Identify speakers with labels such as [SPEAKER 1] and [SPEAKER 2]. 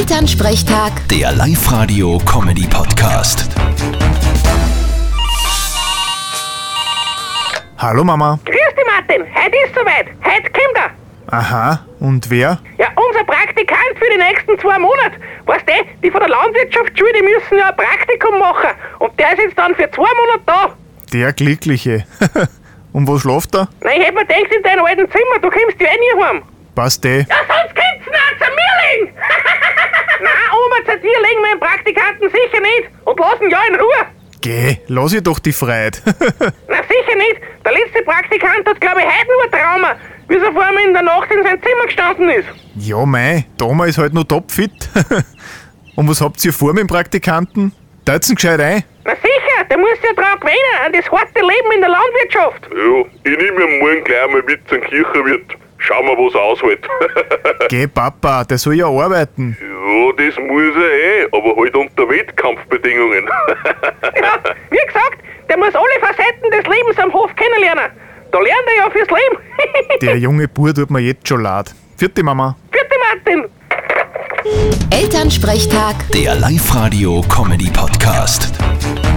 [SPEAKER 1] Elternsprechtag,
[SPEAKER 2] Der Live-Radio-Comedy-Podcast.
[SPEAKER 3] Hallo Mama.
[SPEAKER 4] Grüß dich, Martin. Heute ist soweit. Heute kommt er.
[SPEAKER 3] Aha, und wer?
[SPEAKER 4] Ja, unser Praktikant für die nächsten zwei Monate. Weißt du, die von der Landwirtschaftsschule, die müssen ja ein Praktikum machen. Und der ist jetzt dann für zwei Monate da.
[SPEAKER 3] Der Glückliche. und wo schläft er?
[SPEAKER 4] Na, ich hätte mir gedacht, in deinem alten Zimmer, du kommst ja eh nie heim.
[SPEAKER 3] Passt eh.
[SPEAKER 4] Ja, sonst kommt's nicht zu mir liegen. Nein, Oma, zu dir legen wir den Praktikanten sicher nicht. Und lassen ja in Ruhe.
[SPEAKER 3] Geh, lass ihr doch die Freiheit.
[SPEAKER 4] Na, sicher nicht. Der letzte Praktikant hat, glaube ich, heute nur ein Trauma, wie er vor allem in der Nacht in sein Zimmer gestanden ist.
[SPEAKER 3] ja, mei, Thomas ist halt noch topfit. und was habt ihr vor mit dem Praktikanten? Deutschen gescheit ein?
[SPEAKER 4] Na sicher, der muss ja dran gewöhnen, an das harte Leben in der Landwirtschaft.
[SPEAKER 5] Ja, ich nehme ihn morgen gleich mal mit zum Kirchenwirt. Schauen wir, was er aushält.
[SPEAKER 3] Geh, Papa, der soll ja arbeiten.
[SPEAKER 5] ja, das muss er eh, aber halt unter Wettkampfbedingungen.
[SPEAKER 4] Ja, wie gesagt, der muss alle Facetten des Lebens am Hof kennenlernen. Da lernt er ja fürs Leben.
[SPEAKER 3] Der junge Bur tut mir jetzt schon leid. Vierte Mama.
[SPEAKER 4] Vierte Martin.
[SPEAKER 1] Elternsprechtag.
[SPEAKER 2] Der Live-Radio-Comedy-Podcast.